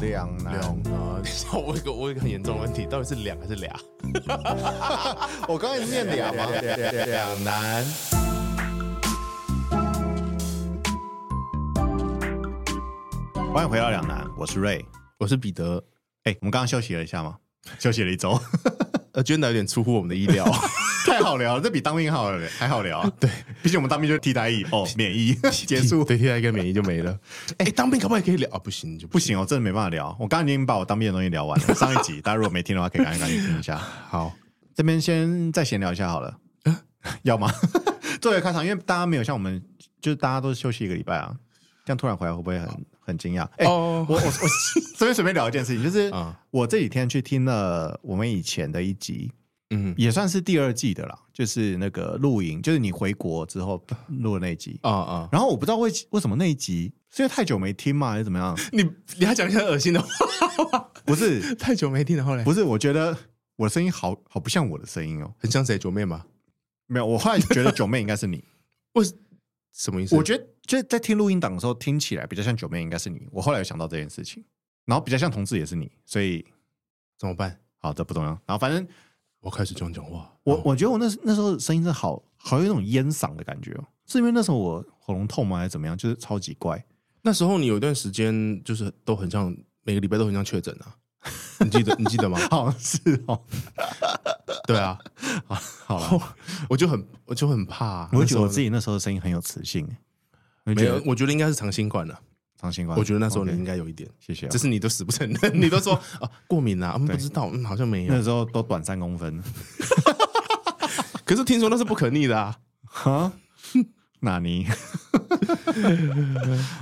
两难两。难。我有一个我有一个很严重的问题，到底是两还是俩？ 我刚才是念俩吗？两难。欢迎回到两难，我是瑞。 我是彼得，哎、我们刚刚休息了一下吗？休息了一 周，呃，真的有点出乎我们的 意料。太好聊了，这比当兵好了，还好聊、 啊。对，毕竟我们当兵就是替代役哦，免疫结束。对，替代一个免疫就没了。 哎、当兵可不可以可以聊啊？不行，就不不行，我真的没办法聊。我刚刚已经把我当兵的东西聊完了。上一集大家如果没听的话，可以赶紧赶紧听一下。好。这边先再闲聊一下好了，嗯要吗？ 作为开场，因为大家没有像我们，就是大家都休息一个礼拜啊，这样突然回来会不会很很惊讶？哎、哦我我 我这边随便聊一件事情，就是嗯我这几天去听了我们以前的一集，嗯也算是第二季的啦，就是那个露营，就是你回国之后录的那一集。啊啊！然后我不知道为为什么那一集是因为太久没听吗，还是怎么 样？你你还讲一些恶心的话，不是太久没听了，后 来不是，我觉得我的声音好好不像我的声音哦。很像谁九妹吗？没有，我后来觉得九妹应该是你。为什么意思？我觉得就是在听录音档的时候，听起来比较像九妹，应该是你。我后来有想到这件事情，然后比较像同志也是你，所以怎么办？好，这不重要。然后反正我开始这样讲话，我我觉得我那时那时候声音真的好好有一种烟嗓的感觉哦，是因为那时候我喉咙痛吗，还是怎么样？就是超级怪。那时候你有一段时间就是都很像，每个礼拜都很像确诊啊。 你记得你记得吗？好像是 哦，对 啊，好了，我就很我就很怕啊、哦我会觉得我那时候自己那时候的声音很有磁性，没没有，我觉得应该是长新冠了、长新冠，我觉得那时候你啊 OK，应该有一点，谢谢哦只，是你都死不承认， 你都说啊过敏啊，嗯不对知道，嗯好像没有。那时候都短三公分可是听说那是不可逆 的啊。哈，纳尼？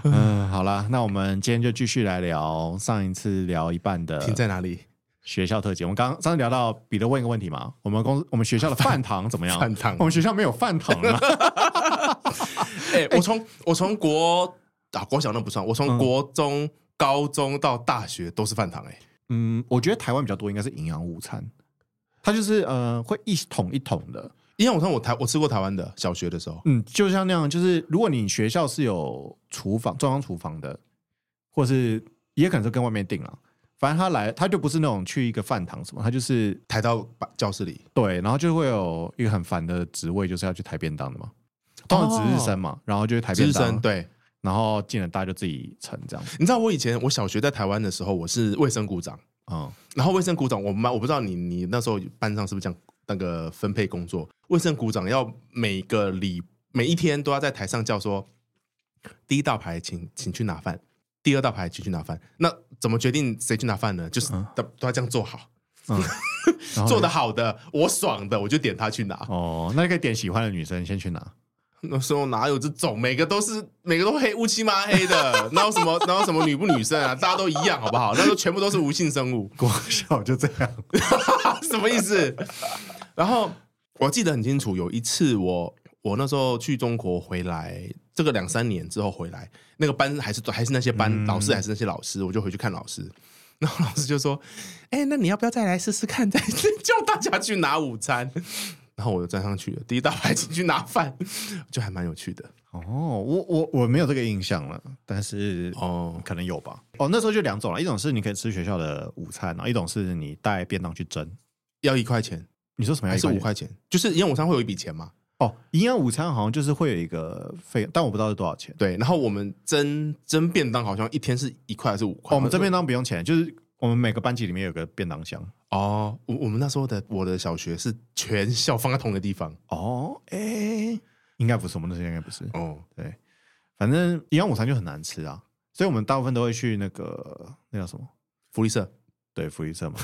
嗯，好啦，那我们今天就继续来聊上一次聊一半的停在哪里？学校特辑。我们刚刚上次聊到彼得问一个问题嘛，我们公司我们学校的饭堂怎么样？ 饭堂我们学校没有饭堂啊。哎、 我从我从国啊国小那不算，我从国中、高中到大学都是饭堂哎、 嗯，我觉得台湾比较多应该是营养午餐，它就是呃会一桶一桶的，因为我像我台我吃过台湾的小学的时候，嗯，就像那样，就是如果你学校是有厨房中央厨房的，或是也可能是跟外面订了。反正他来，他就不是那种去一个饭堂什么，他就是抬到教室里，对，然后就会有一个很烦的职位，就是要去抬便当的嘛，通常值日生嘛，然后就去抬哦值便日当，生对。然后进了大家就自己盛这样子，你知道我以前我小学在台湾的时候，我是卫生股长，嗯，然后卫生股长我们班我不知道你你那时候班上是不是这样那个分配工作？卫生股长要每个礼每一天都要在台上叫说，第一道牌请请去拿饭，第二道牌请去拿饭。那怎么决定谁去拿饭呢？就是都都要这样做好，嗯，然后做呢的好的我爽的我就点他去拿。哦，那你可以点喜欢的女生先去拿，那时候哪有这种，每个都是每个都黑乌漆嘛黑的， 哪有什么哪有什么女不女生啊？大家都一样好不好？那时候全部都是无性生物，国小就这样， 什么意思？然后我记得很清楚，有一次我我那时候去中国回来，这个两三年之后回来，那个班还是还是那些班、老师还是那些老师，我就回去看老师。然后老师就说：“哎、那你要不要再来试试看？再叫大家去拿午餐。” 然后我就站上去了，第一道牌进去拿饭，就还蛮有趣的哦，我我我没有这个印象了，但是哦。可能有吧。哦，那时候就两种了，一种是你可以吃学校的午餐，然后一种是你带便当去蒸。要一块钱你说什么还样？是五？块钱？就是因为我上会有一笔钱嘛，哦，营养午餐好像就是会有一个费，但我不知道是多少钱。对。然后我们蒸蒸便当好像一天是一块还是五块？哦，我们这便当不用钱，就是我们每个班级里面有个便当箱。哦，我我们那时候的我的小学是全校放在同一个地方哦，哎，应该不是，我们那些应该不是。哦，对，反正营养午餐就很难吃啊，所以我们大部分都会去那个那叫什么？福利社，对，福利社 嘛。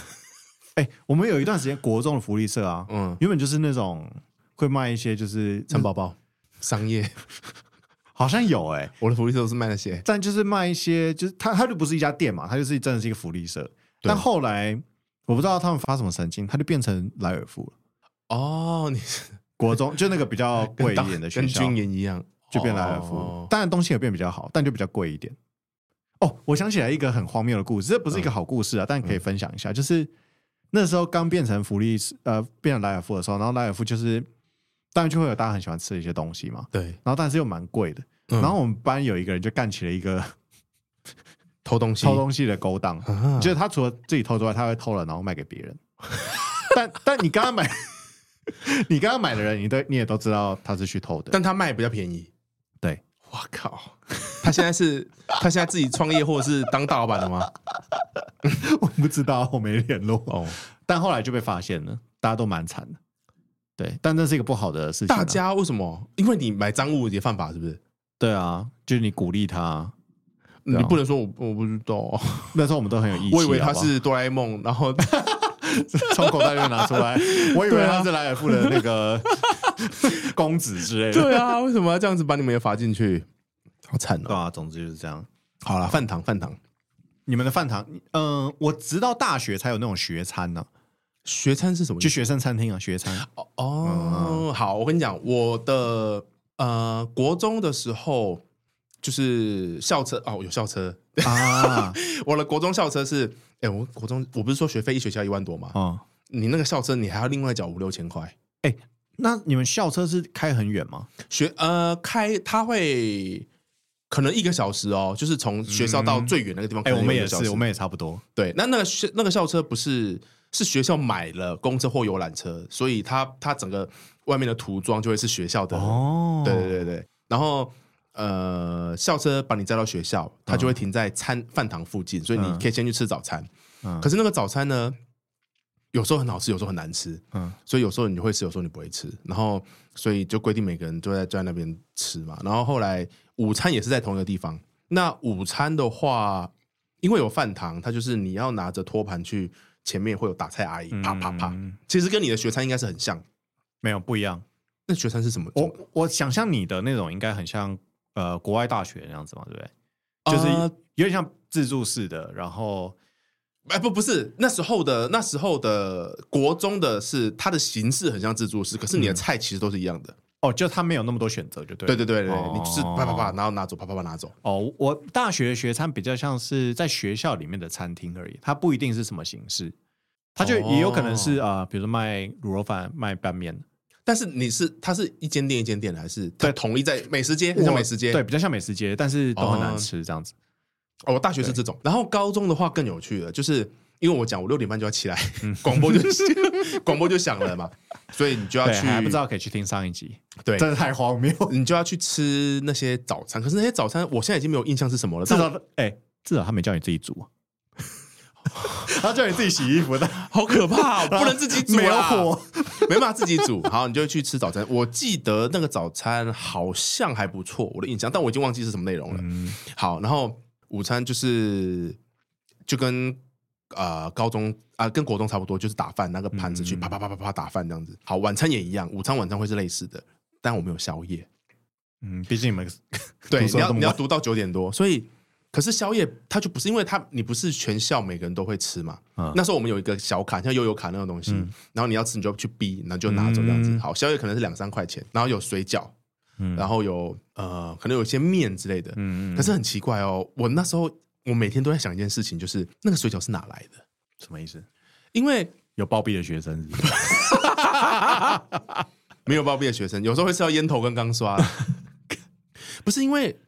哎、我们有一段时间国中的福利社啊，嗯，原本就是那种会卖一些就是蚕宝宝，商业， 好像有哎、我的福利社都是卖那些，但就是卖一些，就是它它就不是一家店嘛，它就是真的是一个福利社。但后来我不知道他们发什么神经，它就变成莱尔富了。哦，你是国中就那个比较贵一跟当点的学跟校军，营一样，就变莱尔富哦。当然东西也变比较好，但就比较贵一点。哦，我想起来一个很荒谬的故事，这不是一个好故事啊，但可以分享一下。就是那时候刚变成福利社呃变成莱尔富的时候，然后莱尔富就是当然就会有大家很喜欢吃的一些东西嘛，对，然后但是又蛮贵的。嗯然后我们班有一个人就干起了一个偷东西，偷东西的勾当。啊就是他除了自己偷之外，他会偷了然后卖给别人。 但但你刚刚买， 你刚刚买的人，你都你也都知道他是去偷的。但他卖比较便宜。对，我靠，他现在是 他现在自己创业或者是当大老板了吗？ 我不知道，我没联络。哦，但后来就被发现了，大家都蛮惨的。对，但这是一个不好的事情啊、大家为什么？因为你买赃物也犯法，是不是？对啊，就是你鼓励他。你啊不能说我我不知道，那时候我们都很有义气，我以为他好不好是哆啦 A 梦，然后从口袋里面拿出 来，我以为对啊他是莱尔富的那个公子之 类的。对啊，为什么要这样子把你们也罚进去？好惨对哦！啊，总之就是这样。好了，饭堂饭堂，你们的饭堂，嗯、我直到大学才有那种学餐呢、学餐是什么意就思？学生餐厅啊，学餐。哦，好，我跟你讲，我的呃，国中的时候就是校车哦，有校车。啊，我的国中校车是，哎、我国中我不是说学费一学期要一万多吗？哦，你那个校车你还要另外缴五六千块。那你们校车是开很远吗？学呃开他会可能一个小时哦，就是从学校到最远那个地方。哎、可能我们有也一个小时是，我们也差不多。对。那那个学那个校车不是是学校买了公车或游览车，所以它它整个外面的涂装就会是学校的哦对对，对对，然后呃，校车把你载到学校，它就会停在餐饭堂附近，所以你嗯可以先去吃早餐。嗯可是那个早餐呢，有时候很好吃，有时候很难吃，嗯所以有时候你就会吃，有时候你不会吃。然后所以就规定每个人就在就在那边吃嘛。然后后来午餐也是在同一个地方。那午餐的话，因为有饭堂，它就是你要拿着托盘去。前面会有打菜阿姨，啪啪啪，嗯其实跟你的学餐应该是很像。没有不一样。那学餐是什么？我我想象你的那种应该很像呃国外大学那样子嘛，对不对？就是呃有点像自助式的，然后哎，不，不是那时候的，那时候的国中的是它的形式很像自助式，可是你的菜其实都是一样的。哦，就他没有那么多选择，就嗯对了。对对对对，哦你就是啪啪啪，然后拿走，啪啪啪拿走。哦，我大学的学餐比较像是在学校里面的餐厅而已，它不一定是什么形式，它就也有可能哦是啊、呃比如说卖卤肉饭、卖拌面，但是你是它是一间店一间店的，还是对它统一在美食街？很像我美食街。对，比较像美食街，但是都很哦难吃这样子。哦，我大学是这种，然后高中的话更有趣了，就是因为我讲我六点半就要起来，嗯广播就 广播就响了嘛，所以你就要对，去，还不知道可以去听上一集，对真的太荒谬。你就要去吃那些早餐。可是那些早餐我现在已经没有印象是什么了，至但我少哎、至少他没叫你自己 煮，他叫你自己洗衣服的，好 可怕、哦，不能自己煮、啊，没有火， 没办法自己煮。好，你就去吃早餐。我记得那个早餐好像还不错，我的印象，但我已经忘记是什么内容了。嗯，好，然后午餐就是就跟呃高中啊、跟国中差不多，就是打饭，拿个盘子去嗯啪啪啪啪啪打饭这样子。好，晚餐也一样，午餐晚餐会是类似的，但我没有宵夜。嗯，毕竟你们对，读书你要要这么你要晚读到九点多，所以可是宵夜它就不是因为它你不是全校每个人都会吃嘛。嗯那时候我们有一个小卡，像悠游卡那种东西，嗯然后你要吃你就去逼，然后就拿走这样子。嗯好，宵夜可能是两三块钱，然后有水饺，嗯然后有呃可能有一些面之类的。嗯可是很奇怪哦，我那时候我每天都在想一件事情，就是那个水饺是哪来的？什么意思？因为有暴毙的学生是不是没有包庇的学生，有时候会吃到烟头跟钢刷。 不是因为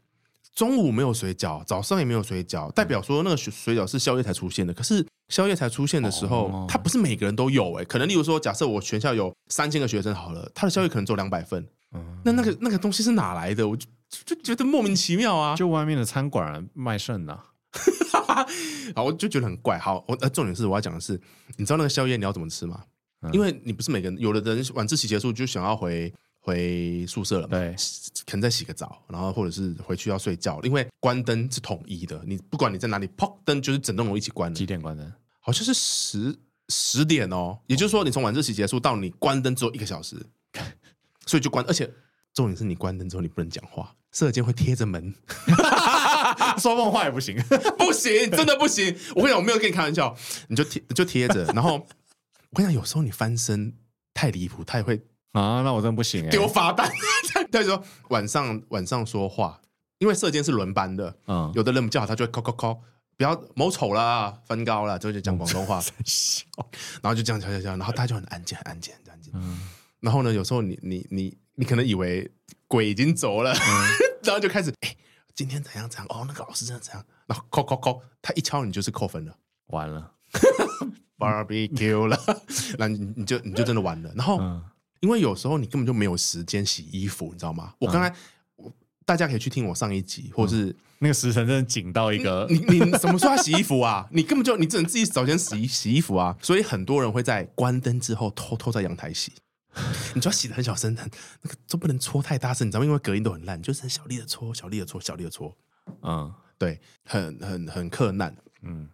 中午没有水饺，早上也没有水饺，代表说那个水水饺是宵夜才出现的。可是宵夜才出现的时候，哦它不是每个人都有哎、可能例如说，假设我全校有三千个学生好了，他的宵夜可能只有两百份，嗯，那那个那个东西是哪来的？我就就就觉得莫名其妙啊！ 就外面的餐馆卖剩的、啊，嗯好，我就觉得很怪。好，我呃，重点是我要讲的是，你知道那个宵夜你要怎么吃吗？嗯因为你不是每个人，有的人晚自习结束就想要回回宿舍了嘛，对，可能再洗个澡，然后或者是回去要睡觉，因为关灯是统一的，你不管你在哪里，砰灯就是整栋楼一起关了几，点关灯？好像是十十点哦，也就是说你从晚自习结束到你关灯只有一个小时，所以就关，而且重点是你关灯之后你不能讲话，射箭会贴着门。 说梦话也不行。不行，真的不行。我跟你讲，我没有跟你开玩笑，你就贴你就贴着，然后我跟你讲，有时候你翻身太离谱，他也会 啊，那我真的不行哎、丢罚单。 他就说晚上晚上说话，因为射箭是轮班的，嗯，有的人比较好，他就会扣扣扣，不要某丑啦，翻高啦，就就讲广东话，然后就这样讲讲讲，然后他就很安静，很安静，很安静。嗯然后呢，有时候你你你你可能以 为鬼已经走了，然后就开始哎、今天怎样怎样，哦，那个老师真的怎样，然然后扣扣扣，他一敲你就是扣分了完了， ，barbecue 了，然后你你就你就真的完了。然后嗯因为有时候你根本就没有时间洗衣服，你知道吗？我刚才、我大家可以去听我上一集，或是、那个时辰真的紧到一个，嗯你你什么时候要洗衣服啊？你根本就你只能自己找钱洗洗衣服啊！所以很多人会在关灯之后偷偷在阳台洗，你就要洗的很小声，很那个都不能搓太大声，你知道吗？因为隔音都很烂，你就是很小力的搓，小力的搓，小力的搓，嗯对，很很很克难。嗯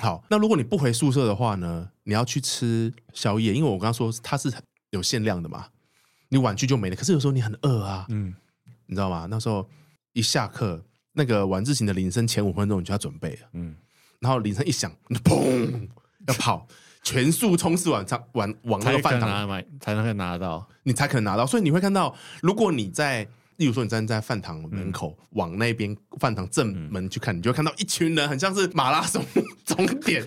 好，那如果你不回宿舍的话呢，你要去吃宵夜，因为我刚刚说它是有限量的嘛，你晚去就没了。可是有时候你很饿啊，嗯，你知道吗？那时候一下课，那个晚自习的铃声前五分钟你就要准备了，嗯，然后铃声一响，你就砰要跑，全速冲刺往上往往那才个可饭能堂，拿买，才能够拿得到，你才可能拿到。所以你会看到，如果你在，例如说你站在饭堂门口、嗯往那边饭堂正门去看，你就会看到一群人，很像是马拉松 终点，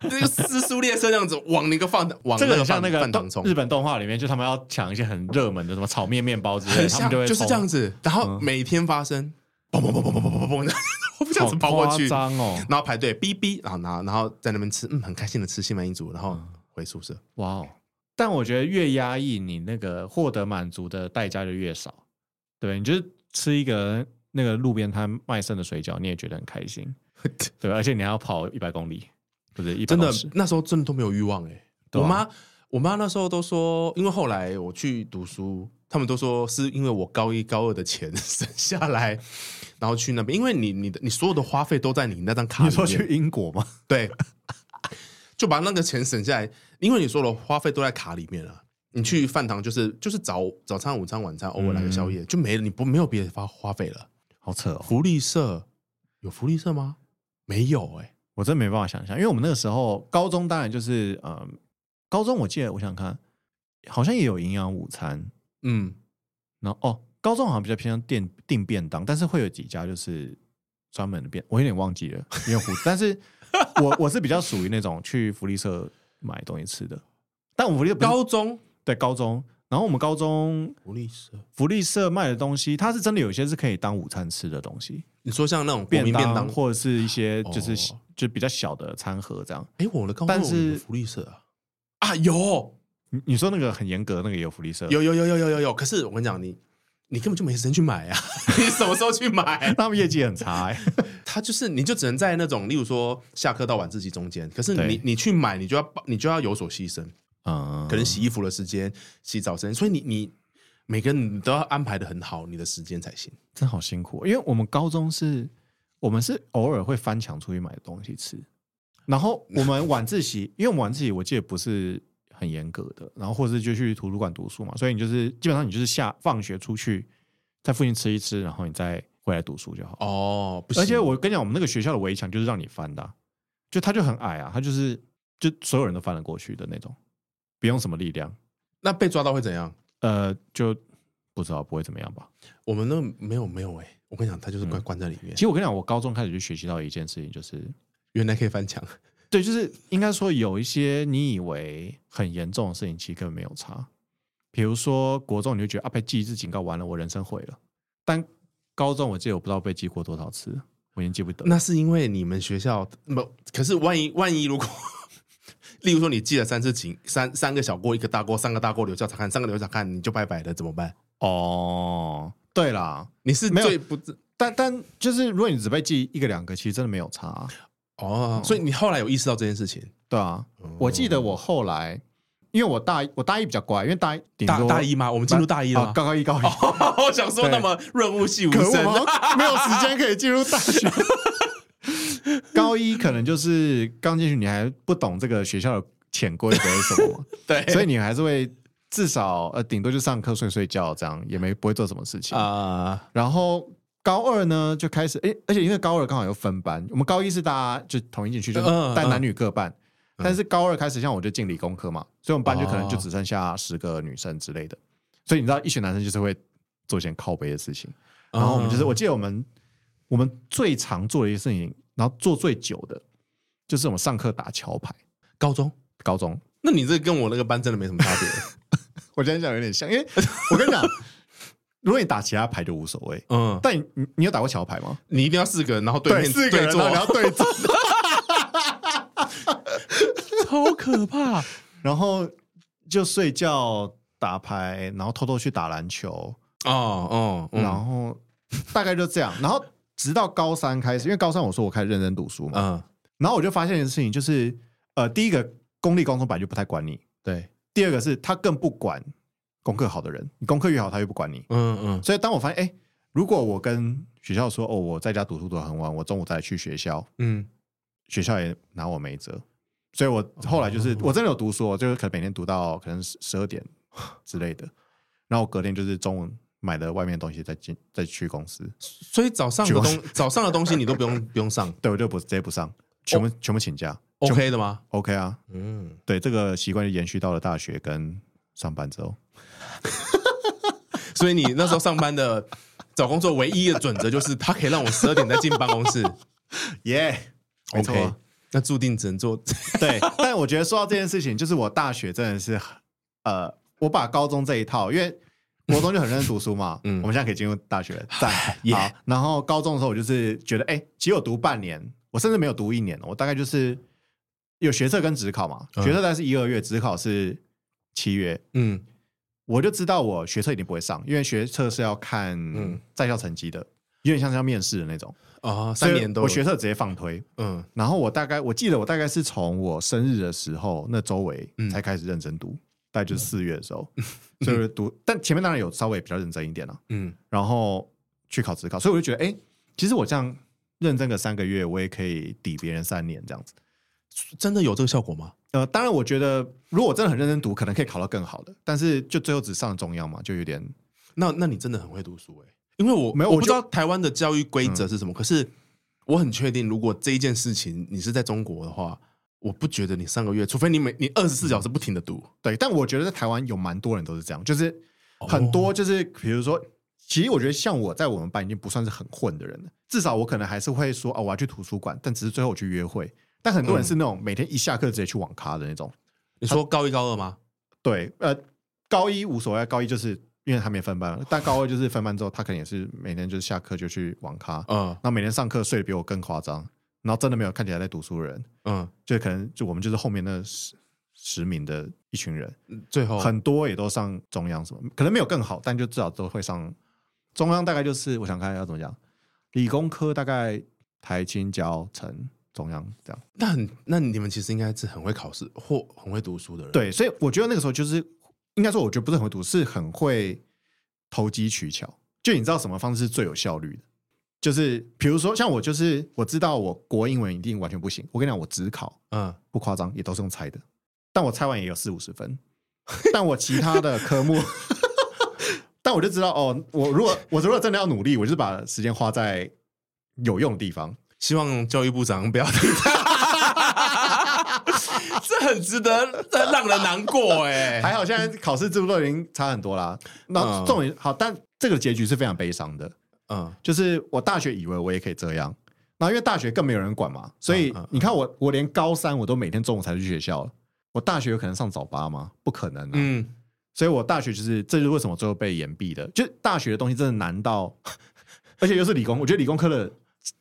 那个撕书裂车这样子往那个饭堂往这个个很像饭那个饭堂动冲日。本动画里面，就他们要抢一些很热门的什么炒面、面包之类的，很他像，们就会嗯就是这样子，子，然后每天发生，砰砰砰砰砰砰砰 砰，我不这样子好跑过去，夸张哦，然后排队，哔哔，然后拿，然后在那边吃，嗯，很开心的吃西门一族，然后嗯回宿舍。哇哦！但我觉得越压抑，你那个获得满足的代价就越少，对，你就是吃一个那个路边摊卖剩的水饺，你也觉得很开心，对，而且你还要跑一百公里，不是一百真的公尺，那时候真的都没有欲望哎、对啊我妈我妈那时候都说，因为后来我去读书，他们都说是因为我高一高二的钱省下来，然后去那边，因为你你的你所有的花费都在你那张卡你里说面去，英国吗？对， 就把那个钱省下来，因为你所有的花费都在卡里面了、啊你去饭堂就是就是早早餐、午餐、晚餐，偶尔来个宵夜、就没了，你不没有别的花花费了。好扯哦！福利社有福利社吗？没有哎、我真没办法想象，因为我们那个时候高中当然就是呃，嗯高中我记得我想看，好像也有营养午餐，嗯，然后哦，高中好像比较偏向订订便当，但是会有几家就是专门的便，我有点忘记了，因为糊。但是我我是比较属于那种去福利社买东西吃的，但我们福利社不是高中对高中，然后我们高中福利社，福利社卖的东西，它是真的有一些是可以当午餐吃的东西，你说像那种国便民便当当，或者是一些就是、哦就比较小的餐盒这样。哎、我的高但中有是福利社啊，啊有你你说那个很严格，那个也有福利社，有有有有有有有，可是我跟你讲，你你根本就没时间去买啊， 你什么时候去买？啊他们业绩很差、欸， 他就是你就只能在那种，例如说下课到晚自习中间，可是你对你去买，你就要你就要有所牺牲，嗯，可能洗衣服的时间、洗澡时间，所以你你每个人都要安排的很好，你的时间才行。真好辛苦，哦因为我们高中是，我们是偶尔会翻墙出去买东西吃，然后我们晚自习，因为我们晚自习我记得不是很严格的，然后或者是就去图书馆读书嘛，所以你就是基本上你就是下放学出去，在附近吃一吃，然后你再回来读书就好。哦，不行而且我跟你讲，我们那个学校的围墙就是让你翻的啊、就它就很矮啊，它就是就所有人都翻得过去的那种，不用什么力量，那被抓到会怎样？呃，就不知道不会怎么样吧。我们那个没有没有哎、我跟你讲，他就是关嗯关在里面，其实我跟你讲，我高中开始就学习到一件事情，就是原来可以翻墙。对，就是应该说有一些你以为很严重的事情，其实根本没有差。比如说国中，你就觉得啊被记一次警告完了，我人生毁了。但高中我记得我不知道被记过多少次，我已经记不得。那是因为你们学校不，可是万一万一如果， 例如说你记了三次警，三三个小过，一个大过，三个大过留校察看，三个留校察看，你就拜拜了，怎么办？哦，对啦，你是没有最不知但但就是如果你只被记一个两个，其实真的没有差啊、哦，所以你后来有意识到这件事情？对啊，哦我记得我后来，因为我大一我大一比较乖，因为大一顶大多大一吗？哦我们进入大一了啊吗？高高一高一。 我想说，对那么润物细无可恶声，我好像没有时间可以进入大 学。高一可能就是刚进去，你还不懂这个学校的潜规则是什么嘛， 对，所以你还是会至少呃，顶多就上课睡睡觉这样，也没不会做什么事情。啊，然后高二呢就开始，诶，而且因为高二刚好又分班，我们高一是大家就统一进去，就嗯嗯嗯但男女各半。但是高二开始，像我就进理工科嘛，所以我们班就可能就只剩下十个女生之类的。所以你知道，一群男生就是会做一些靠背的事情。然后我们哦就是，我记得我们我们最常做的一件事情，然后做最久的，就是我们上课打桥牌。高中，高中，那你这跟我那个班真的没什么差别。我今天讲有点像，因为我跟你讲，如果你打其他牌就无所谓，嗯，但你你你有打过桥牌吗？你一定要四个人，然后对面四个人坐，然后对坐， 超可 怕。 然后就睡觉、打牌，然后偷偷去打篮球，哦哦，嗯然后大概就这样。然后直到高三开始，因为高三我说我开始认真读书嘛，嗯，然后我就发现一件事情，就是呃，第一个公立高中本来就不太管你，对，第二个是他更不管功课好的人，你功课越好，他越不管你。嗯嗯所以当我发现，哎，如果我跟学校说，哦，我在家读书读得很晚，我中午再去学校，嗯，学校也拿我没辙。所以我后来就是、我真的有读书哦，就是可能每天读到可能十二点之类的，然后我隔天就是中午买的外面的东西再进再去公司，所以早上的东早上的东西你都不 用不用上对我就不直接不上，全部、全部请假，OK 的吗？ ，OK 啊，嗯，对，这个习惯就延续到了大学跟上班之后，所以你那时候上班的找工作唯一的准则就是，他可以让我十二点再进办公 室耶、没错啊，OK，那注定只能做 对，但我觉得说到这件事情，就是我大学真的是，呃，我把高中这一套，因为国中就很认真读书嘛，嗯嗯， 我们现在可以进入大学了，赞，耶好。然后高中的时候，我就是觉得，哎、其实我读半年，我甚至没有读一年，哦我大概就是有学测跟职考嘛，嗯学测大概是一二月，职考是七月，嗯我就知道我学测一定不会上，因为学测是要看嗯在校成绩的，有点像是要面试的那种， 哦，三年都所以我有学测直接放推，嗯然后我大概我记得我大概是从我生日的时候那周围嗯才开始认真读，大概就是四月的时 候，所以我就读，但前面当然有稍微比较认真一点了、嗯然后去考职考，所以我就觉得，哎，其实我这样认真个三个月，我也可以抵别人三年这样子。真的有这个效果吗？呃，当然我觉得如果我真的很认真读，可能可以考到更好的，但是就最后只上中央嘛，就有点那那你真的很会读书哎、因为我没有我我不知就嗯道台湾的教育规则是什么，可是我很确定，如果这一件事情你是在中国的话，我不觉得你上个月，除非你每你二十四小时不停的读，对。但我觉得在台湾有蛮多人都是这样，就是哦很多就是比如说，其实我觉得像我在我们班已经不算是很混的人了，至少我可能还是会说啊，我要去图书馆，但只是最后我去约会。但很多人是那种每天一下课直接去网咖的那种。你说高一高二吗？对，呃，高一无所谓，啊高一就是因为他没分班，但高二就是分班之后，他可能也是每天就是下课就去网咖，嗯然后每天上课睡得比我更夸张，然后真的没有看起来在读书的人，嗯，就可能就我们就是后面那十十名的一群人。最后很多也都上中央什么，可能没有更好，但就至少都会上中央。大概就是我想看要怎么讲，理工科大概台青交成中央这样。那很那你们其实应该是很会考试或很会读书的人，，对，所以我觉得那个时候就是应该说，我觉得不是很会读，是很会投机取巧。就你知道什么方式是最有效率的？就是比如说像我，就是我知道我国英文一定完全不行。我跟你讲，我只考嗯，不夸张，也都是用猜的。但我猜完也有四五十分， 但我其他的科目， 但我就知道哦，我如果我如果真的要努力，我就是把时间花在有用的地方。希望教育部长不要听 他。这很值得，这让人难过哎、还好现在考试制度都已经差很多啦。那嗯重点好，但这个结局是非常悲伤的，嗯，就是我大学以为我也可以这样。那因为大学更没有人管嘛，所以嗯嗯嗯你看我，我连高三我都每天中午才去学校了。我大学有可能上早八吗？不可能啊！嗯，所以我大学就是，这就是为什么最后被延毕的。就大学的东西真的难到， 而且又是理工，我觉得理工科的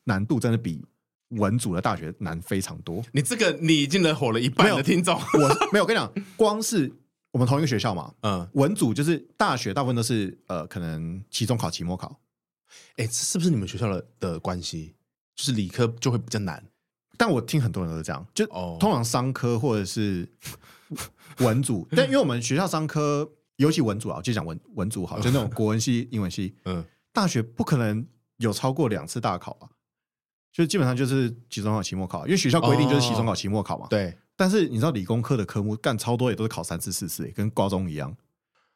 难度真的比文组的大学难非常多。你这个你已经惹火了一没半有的听众，我 没有我跟你讲，光是我们同一个学校嘛，嗯，文组就是大学大部分都是呃，可能期中考、期末考，哎、这是不是你们学校的的关系？就是理科就会比较难但我听很多人都是这样，就哦通常商科或者是 文组，但因为我们学校商科，尤其文组啊，我就讲文文组好，就那种国文系、英文系，嗯嗯，大学不可能有超过两次大考吧？就基本上就是期中考、期末考，因为学校规定就是期中考、期末考嘛。哦对，但是你知道理工科的科目干超多也都是考三次、四次，欸跟高中一样，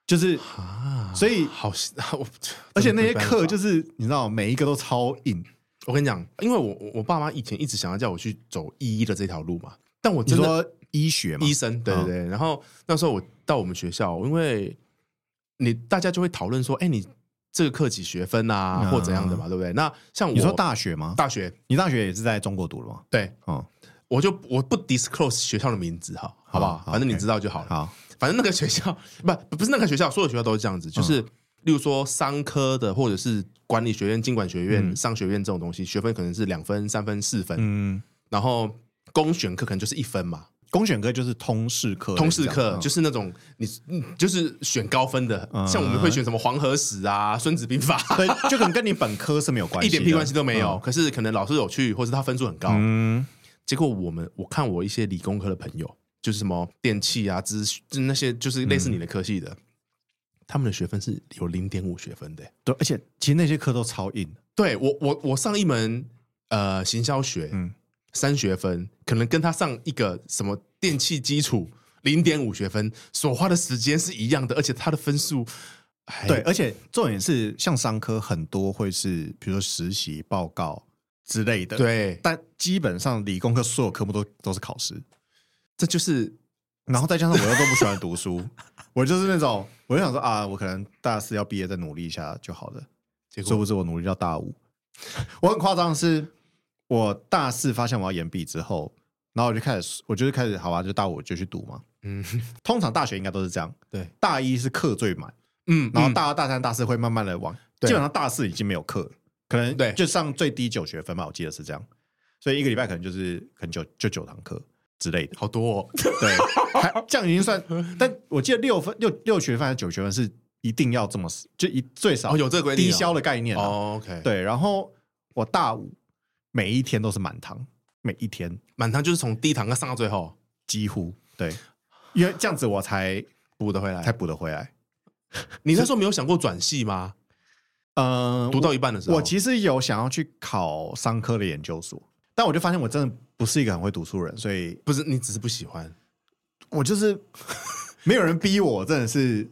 就是啊所以好， 我而且那些课就是是你知道每一个都超硬，我跟你讲，因为我我我爸妈以前一直想要叫我去走医的这条路嘛，但我你真的说医学嘛嗯医，生，对对对。然后那时候我到我们学校，因为你大家就会讨论说，哎、你这个课几学分啊，嗯或怎样的嘛，对不对？那像我你说大学吗？大学，你大学也是在中国读的吗？对嗯，我就我不 disclose 学校的名字哈，好不好？好好反正你 OK 知道就好了。好， 嗯反正那个学校不不是那个学校，所有学校都是这样子，就是例如说商科的或者是管理学院、经管学院、嗯商学院这种东西，学分可能是两分、三分、四分，嗯，然后公选课可能就是一分嘛，公选课就是通识课，通识课嗯就是那种你嗯就是选高分的，嗯像我们会选什么黄河史啊、孙子兵法，对，就可能跟你本科是没有关系 一的，点屁关系都没有。可是可能老师有去，或是他分数很高。嗯。结果我们我看我一些理工科的朋友，就是什么电器啊、资讯就是那些，就是嗯类似你的科系的，他们的学分是有零点五学分的欸、对，而且其实那些课都超硬的，对我，我我上一门呃行销学，嗯三学分，可能跟他上一个什么电器基础零点五学分所花的时间是一样的，而且他的分数还对，而且重点是像商科很多会是比如说实习报告之类的，，对，但基本上理工科所有科目都都是考试，这就是然后再加上我又都不喜欢读书， 我就是那种我就想说啊，我可能大四要毕业再努力一下就好了，结殊果不知我努力到大五。 我很夸张的是，我大四发现我要延毕之后，然后我就开始，我就是开始，好吧，就大五就去读嘛。嗯通常大学应该都是这样，对，大一是课最满，嗯，然后嗯大二、大三、大四会慢慢的往，对基本上大四已经没有课了，可能对就上最低九学分吧，我记得是这样，所以一个礼拜可能就是可能就就九堂课之 类的，好多、哦，对，还这样已经算，但我记得六分六六学分还是九学分是一定要这么就一最少哦有这个规定哦低消的概念、啊、哦，OK，，对，然后我大五每一天都是满堂，每一天满堂就是从第一堂课上到最后几乎对，因为这样子我才补得回来才。补得回来。你那时候没有想过转系吗？嗯，读到一半的时候，我其实有想要去考商科的研究所，但我就发现我真的不是一个很会读书人，所以不是你只是不喜欢，我就是 没有人逼我，真的是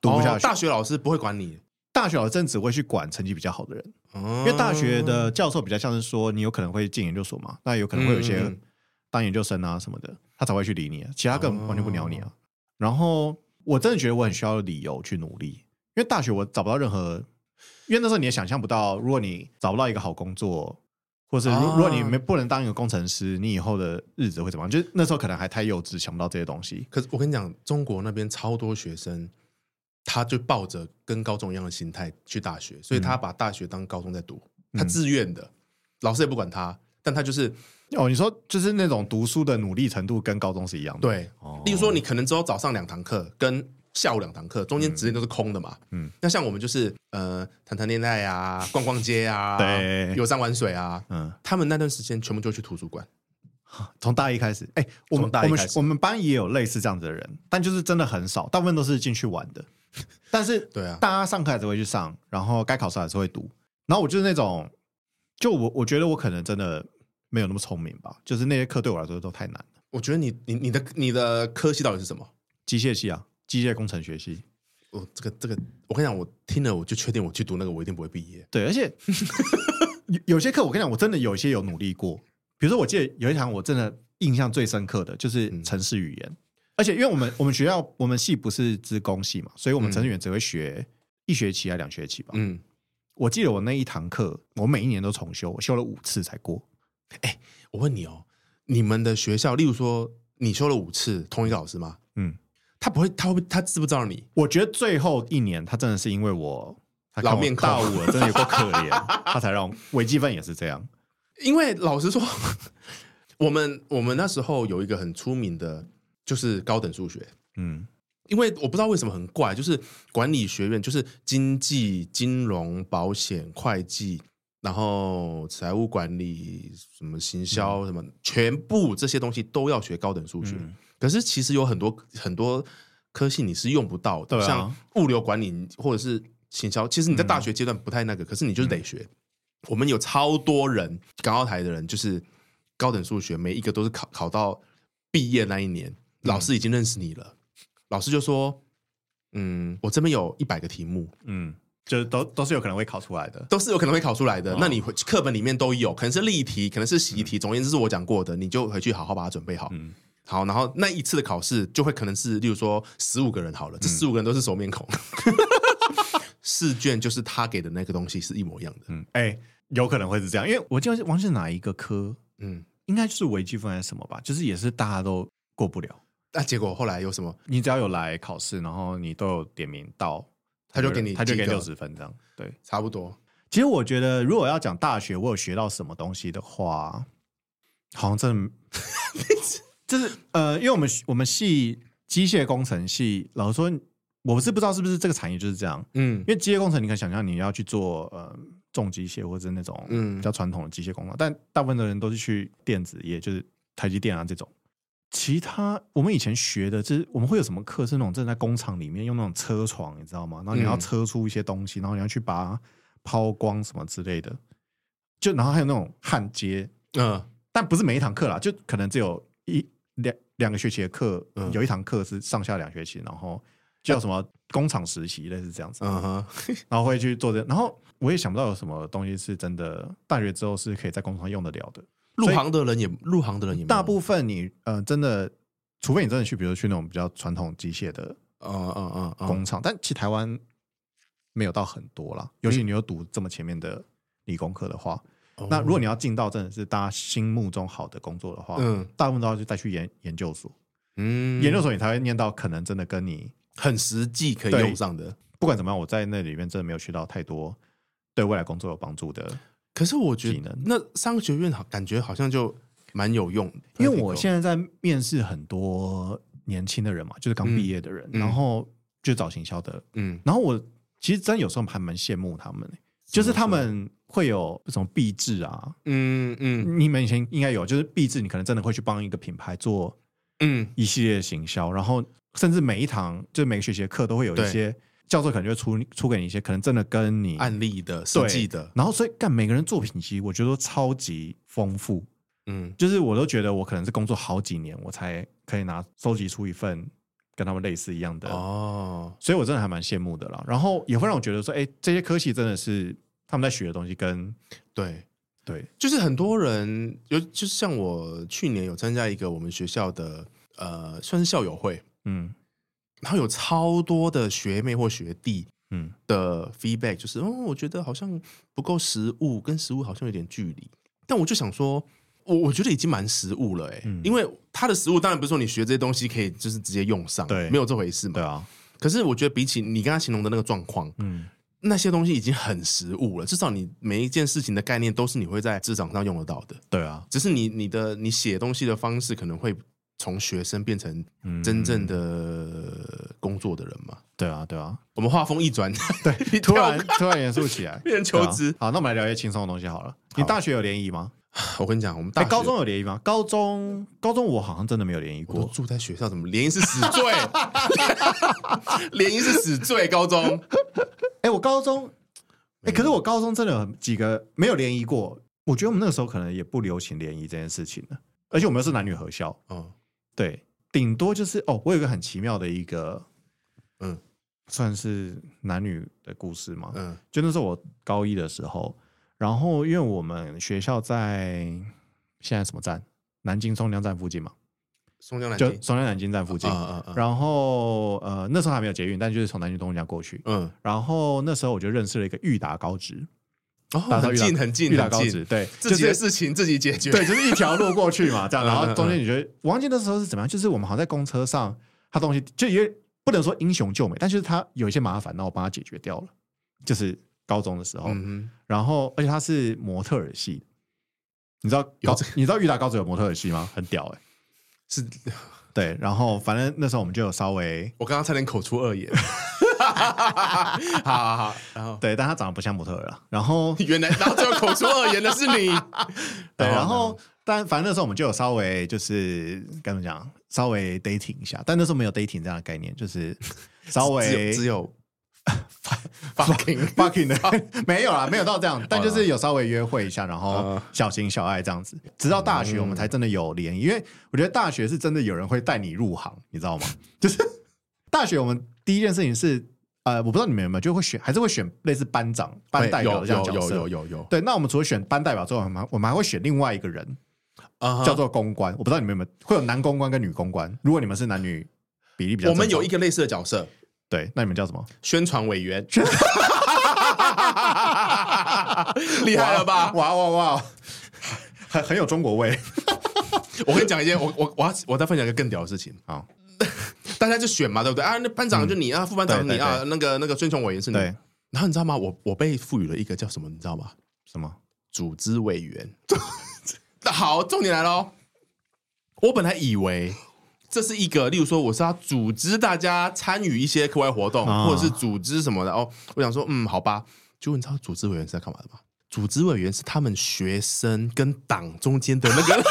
读不下哦去。大学老师不会管你，哦大学老师真的只会去管成绩比较好的人，因因为大学的教授比较像是说你有可能会进研究所嘛，那有可能会有一嗯嗯些嗯当研究生啊什么的，他才会去理你、啊，其他根本哦完全不鸟你啊。然后我真的觉得我很需要理由去努力，因为大学我找不到任何，因为那时候你也想象不到，如果你找不到一个好工作，或是如啊如果你没不能当一个工程师，你以后的日子会怎么样？就是那时候可能还太幼稚，想不到这些东西。可是我跟你讲，中国那边超多学生，他就抱着跟高中一样的心态去大学，所以他把大学当高中在读，他自愿的，老师也不管他，但他就是哦，你说就是那种读书的努力程度跟高中是一样的，对，例如说你可能只有早上两堂课跟下午两堂课，中间时间都是空的嘛，嗯嗯，那像我们就是呃谈谈恋爱啊，逛逛街啊，哦对游山玩水啊，嗯，他们那段时间全部就去图书馆，从大一开始，哎、我们从大我一们开始我们班也有类似这样子的人，但就是真的很少，大部分都是进去玩的。 但是对啊大家上课还是会去上，然后该考试还是会读。然后我就是那种，就我我觉得我可能真的没有那么聪明吧，就是那些课对我来说都太难了。我觉得你你你的你的科系到底是什么？机械系啊，机械工程学系，我这个这个，我跟你讲，我听了我就确定，我去读那个我一定不会毕业。对，而且有 有些课我跟你讲，我真的有些有努力过。比如说，我记得有一堂我真的印象最深刻的就是嗯城市语言，而且因为我们我们学校我们系不是资工系嘛，所以我们城市语言只会学一学期还啊两学期吧。嗯，我记得我那一堂课，我每一年都重修，我修了五次才过。我问你哦，你们的学校，例如说你修了五次同一个老师吗？嗯，他不会，他会不会，他知不知道你？我觉得最后一年他真的是因为我他看我老面孔大五了，真的有够可怜， 他才让我微积分也是这样。因为老实说， 我们我们那时候有一个很出名的，就是高等数学。嗯因为我不知道为什么很怪，就是管理学院，就是经济、金融、保险、会计，然后财务管理、什么嗯行销、什么，全部这些东西都要学高等数学。嗯可是其实有很多很多科系你是用不到的，对啊嗯像物流管理或者是行销，其实你在大学阶段不太那个，可是你就是得学。我们有超多人，港澳台的人就是高等数学，每一个都是考考到毕业那一年，老嗯师已经认识你了，老师就说：“嗯，我这边有一百个题目，嗯，就是都都是有可能会考出来的。都是有可能会考出来的。哦那你回课本里面都有，可能是例题，可能是习题，总而言之是我讲过的，你就回去好好把它准备好。嗯好，然后那一次的考试就会可能是，例如说十五个人好了，嗯这十五个人都是熟面孔， 试卷就是他给的那个东西是一模一样的。嗯，哎、有可能会是这样，因为我记得王是哪一个科，嗯，应该就是微积分还是什么吧，就是也是大家都过不了。那、结果后来有什么？你只要有来考试，然后你都有点名到，他就给你他就给及格六十分这样。对，差不多。其实我觉得如果要讲大学我有学到什么东西的话，好像真 的就是呃，因为我们我们系机械工程系，老实说，我是不知道是不是这个产业就是这样，嗯因为机械工程，你可以想象你要去做呃重机械或者是那种嗯比较传统的机械工厂，但大部分的人都是去电子业，就是台积电啊这种。其他我们以前学的，就是我们会有什么课是那种正在工厂里面用那种车床，你知道吗？然后你要嗯车出一些东西，然后你要去把它抛光什么之类的。就然后还有那种焊接，嗯但不是每一堂课啦，就可能只有一两两个学期的课，嗯有一堂课是上下两学期，然后叫什么工厂实习，类似这样子。嗯哼，然后会去做这，然后我也想不到有什么东西是真的大学之后是可以在工厂用得了的。入行的人也入行的人也没有大部分你呃真的，除非你真的去，比如去那种比较传统机械的嗯嗯嗯嗯工厂，但其实台湾没有到很多啦。尤其你又读这么前面的理工科的话，哦那如果你要进到真的是大家心目中好的工作的话，嗯大部分都要去再去研研究所，嗯研究所你才会念到可能真的跟你很实际可以对用上的。不管怎么样，我在那里面真的没有学到太多对未来工作有帮助的可是我觉技得能那商学院好，感觉好像就蛮有用的，因为我现在在面试很多年轻的人嘛，就是刚毕业的人，嗯然后就找行销的，嗯然后我其实真有时候还蛮羡慕他们、就是他们会有什么壁制啊，嗯嗯你们以前应该有，就是壁制，你可能真的会去帮一个品牌做嗯一系列的行销，然后甚至每一堂就是每个学期的课都会有对一些教授可能就会出出给你一些可能真的跟你案例的设对计的，然后所以干每个人作品集，我觉得都超级丰富，嗯就是我都觉得我可能是工作好几年，我才可以拿收集出一份跟他们类似一样的，哦所以我真的还蛮羡慕的啦。然后也会让我觉得说，哎、这些科系真的是他们在学的东西跟对，对，就是很多人，尤就是像我去年有参加一个我们学校的呃，算是校友会，嗯然后有超多的学妹或学弟嗯的 feedback，就是哦，我觉得好像不够实物，跟实物好像有点距离。但我就想说，我我觉得已经蛮实物了、欸，嗯因为他的实物当然不是说你学这些东西可以就是直接用上，对没有这回事嘛。对啊，可是我觉得比起你刚刚形容的那个状况，嗯那些东西已经很实物了，至少你每一件事情的概念都是你会在职场上用得到的。对啊，只是你你的你写东西的方式可能会从学生变成嗯真正的工作的人嘛。对啊对 啊，我们话锋一转， 对突然突然严肃起来， 变成求职对啊好，那我们来聊一些轻松的东西好了。你大学有联谊吗？我跟你讲，我们大哎、学高中有联谊吗？高中高中我好像真的没有联谊我都过。住在学校，怎么联谊是死罪？ 联谊是死罪。高中哎、我高中，哎、可是我高中真的有几个没有联谊过。我觉得我们那个时候可能也不流行联谊这件事情了，而且我们又是男女合校，嗯对，顶多就是哦，我有一个很奇妙的一个，嗯嗯，算是男女的故事嘛。嗯就那时候我高一的时候，然后因为我们学校在现在什么站？南京松江站附近嘛，松江南就京松江南京站附近。啊啊啊，然后呃，那时候还没有捷运，但就是从南京东江过去。嗯，然后那时候我就认识了一个裕达高职，哦，打到很裕达近很近裕达很高近职，，对，自己的就是事情自己解决。对，就是一条路过去嘛，这样。 嗯然后嗯中间你觉得，我忘记那时候是怎么样，就是我们好像在公车上，他东西就也不能说英雄救美，但就是他有一些麻烦，那我帮他解决掉了。就是高中的时候，嗯然后而且他是模特儿系，你知道高这你知道裕达高职有模特儿系吗？很屌哎、哼，是对，然后反正那时候我们就有稍微我刚刚差点口出恶 言。好好好，然后对，但他长得不像模特儿啊。然后原来，然后最后口出恶言的是你。 对，然呢后但反正那时候我们就有稍微就是该怎么讲，稍微 dating 一下，但那时候没有 dating 这样的概念， 就是稍微只有只有 fucking fucking 的没有啦，没有到这 样，但就是有稍微约会一下，然后嗯小情小爱这样子，直到大学我们才真的有联谊，因为我觉得大学是真的有人会带你入行，你知道吗？ 就是大学我们第一件事情是。呃，我不知道你们有没有，就会选，还是会选类似班长、班代表有的这样有的角色。有有有有对，那我们除了选班代表之外，我们还我们还会选另外一个人，啊叫做公关。我不知道你们有没有会有男公关跟女公关。如果你们是男女比例比较我正常，们有一个类似的角色，对，那你们叫什么？宣传委员，厉害了吧？哇哇哇，很很有中国味。 我跟你讲一件，我我我要我再分享一个更屌的事情。好， 大家就选嘛，对不对啊？那班长就你啊，副班长嗯对你啊，对那个那个宣传委员是你。对，然后你知道吗？我我被赋予了一个叫什么？你知道吗？什么？组织 委员。好，重点来喽！我本来以为这是一个，例如说我是要组织大家参与一些课外活动，啊或者是组织什么的。哦，我想说，嗯，好吧。结果你知道组织委员是在干嘛的吗？组织委员是他们学生跟党中间的那个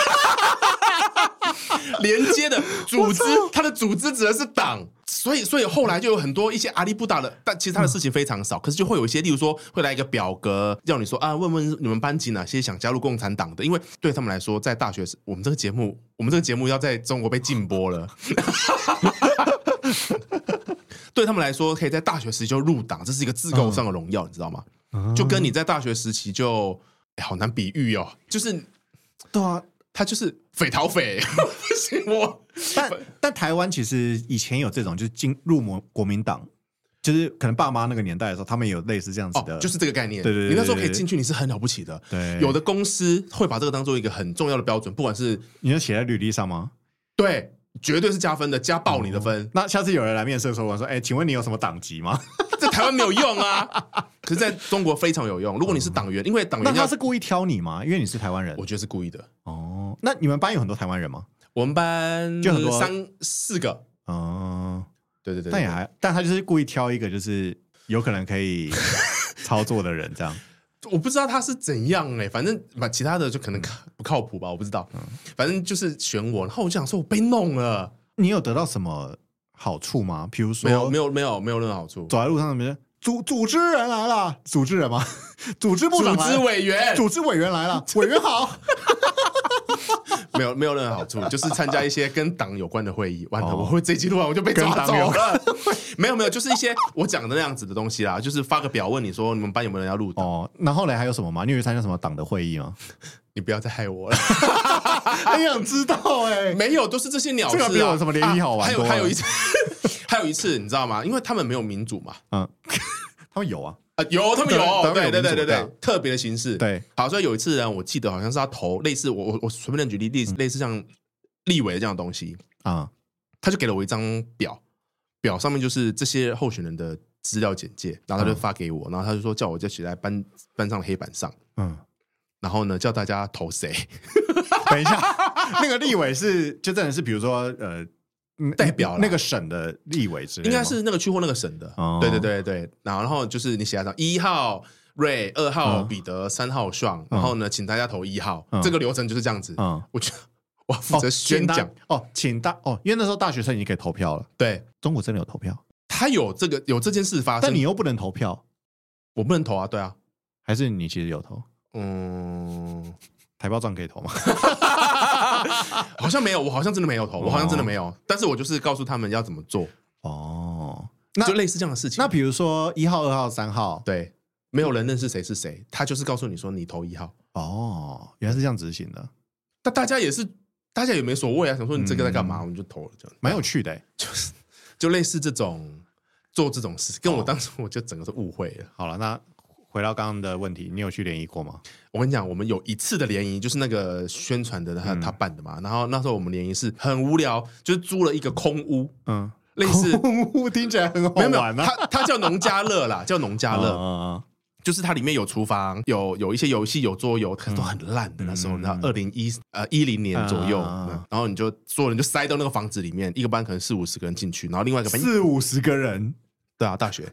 连接的组织，他的组织指的是党，所以所以后来就有很多一些阿里不达的，但其实他的事情非常少，可是就会有一些，例如说会来一个表格，叫你说啊，问问你们班级哪些想加入共产党的，因为对他们来说，在大学时我们这个节目，我们这个节目要在中国被禁播了。对他们来说，可以在大学时期就入党，这是一个自构上的荣耀，你知道吗？就跟你在大学时期就，哎，好难比喻哦，就是对啊，他就是匪逃匪， 不行我，但但台湾其实以前有这种，就是进入国国民党，就是可能爸妈那个年代的时候，他们有类似这样子的，哦，就是这个概念。对对对你那时候对可对以进去，你是很了不起的。对有的公司会把这个当做一个很重要的标准，不管是你要写在履历上吗？对，绝对是加分的，加爆你的分。那下次有人来面试的时候，我说：“哎、请问你有什么党籍吗 在台湾没有用啊，可是在中国非常有用。如果你是党员，因为？”党哦那员他要是，故意挑你吗？因为你是台湾人我觉得是故意的。哦。那你们班有很多台湾人吗？我们班就很多啊三四个，哦，对对对，但也对还，但他就是故意挑一个就是有可能可以 操作的人，这样我不知道他是怎样哎、反正把其他的就可能嗯靠不靠谱吧，我不知道。反正就是选我，然后我就想说，我被弄了，你有得到什么好处吗？比如说，没有没有没有没有任何好处。走在路上，怎么就组组织人来了，组织人吗？ 组织部组长啊来织了，委员，组织委员来了，委员好。没有没有任何好处， 就是参加一些跟党有关的会议。完了，哦我会这一集录完我就被抓跟走党有了。 没有没有，就是一些我讲的那样子的东西啦，就是发个表问你说你们班有没有人要入 党，哦，那后来还有什么吗？你有去参加什么党的会议 吗？你不要再害我了。 很想知道哎、没有，都是这些鸟事、啊。这个比我什么联谊好玩啊还有多了还有一次，还有一次，你知道吗？因为他们没有民主嘛。嗯，他们有啊，啊，有他们有，对他们对有民对对主对对对啊，特别的形式。对，好，所以有一次呢，我记得好像是他投类似我我我随便乱举例，嗯类似类似像立委这样的东西，啊、他就给了我一张表，表上面就是这些候选人的资料简介，然嗯后他就发给我，然后他就说叫我就写在班班上的黑板上，嗯，然后呢叫大家投谁等 一下，那个立委是就真的是，比如说呃，嗯代表啦那个省的立委之类应的吗，该是那个区或那个省的，哦对对对对，然后然后就是你写在上一号。瑞二号嗯彼得，三号爽，然后呢，请大家投一号，嗯这个流程就是这样子。嗯，我觉得我负哦责宣请讲，大哦，请大哦，因为那时候大学生已经可以投票了，对中国真的有投票，他有这个有这件事发生，但你又不能投票，我不能投啊，对啊，还是你其实有投？嗯，台胞证可以投吗？ 好像没有，我好像真的没有投，我好像真的没有，但是我就是告诉他们要怎么做，哦，那就类似这样的事情。那比如说一号、二号、三号，对，没有人认识谁是谁，他就是告诉你说你投一号，哦，原来是这样执行的，但大家也是，大家也没所谓啊，想说你这个在干嗯嘛，我们就投了，这样蛮有趣的欸。就是就类似这种做这种事，哦跟我当时我就整个都误会了。好了，那回到刚刚的问题，你有去联谊过吗？我跟你讲，我们有一次的联谊，就是那个宣传的嗯他、他办的嘛，然后那时候我们联谊是很无聊，就是租了一个空屋，嗯，类似。听起来很好没有没有，玩啊。哦嗯它它叫农家乐啦，叫农家乐。乐，就是它里面有厨房，有有一些游戏，有桌游，可是都很烂的。那时候，嗯你知道，二零一呃一零年左右，嗯嗯嗯然后你就所有人就塞到那个房子里面，一个班可能四五十个人进去，然后另外一个班四五十个人，对啊，大学。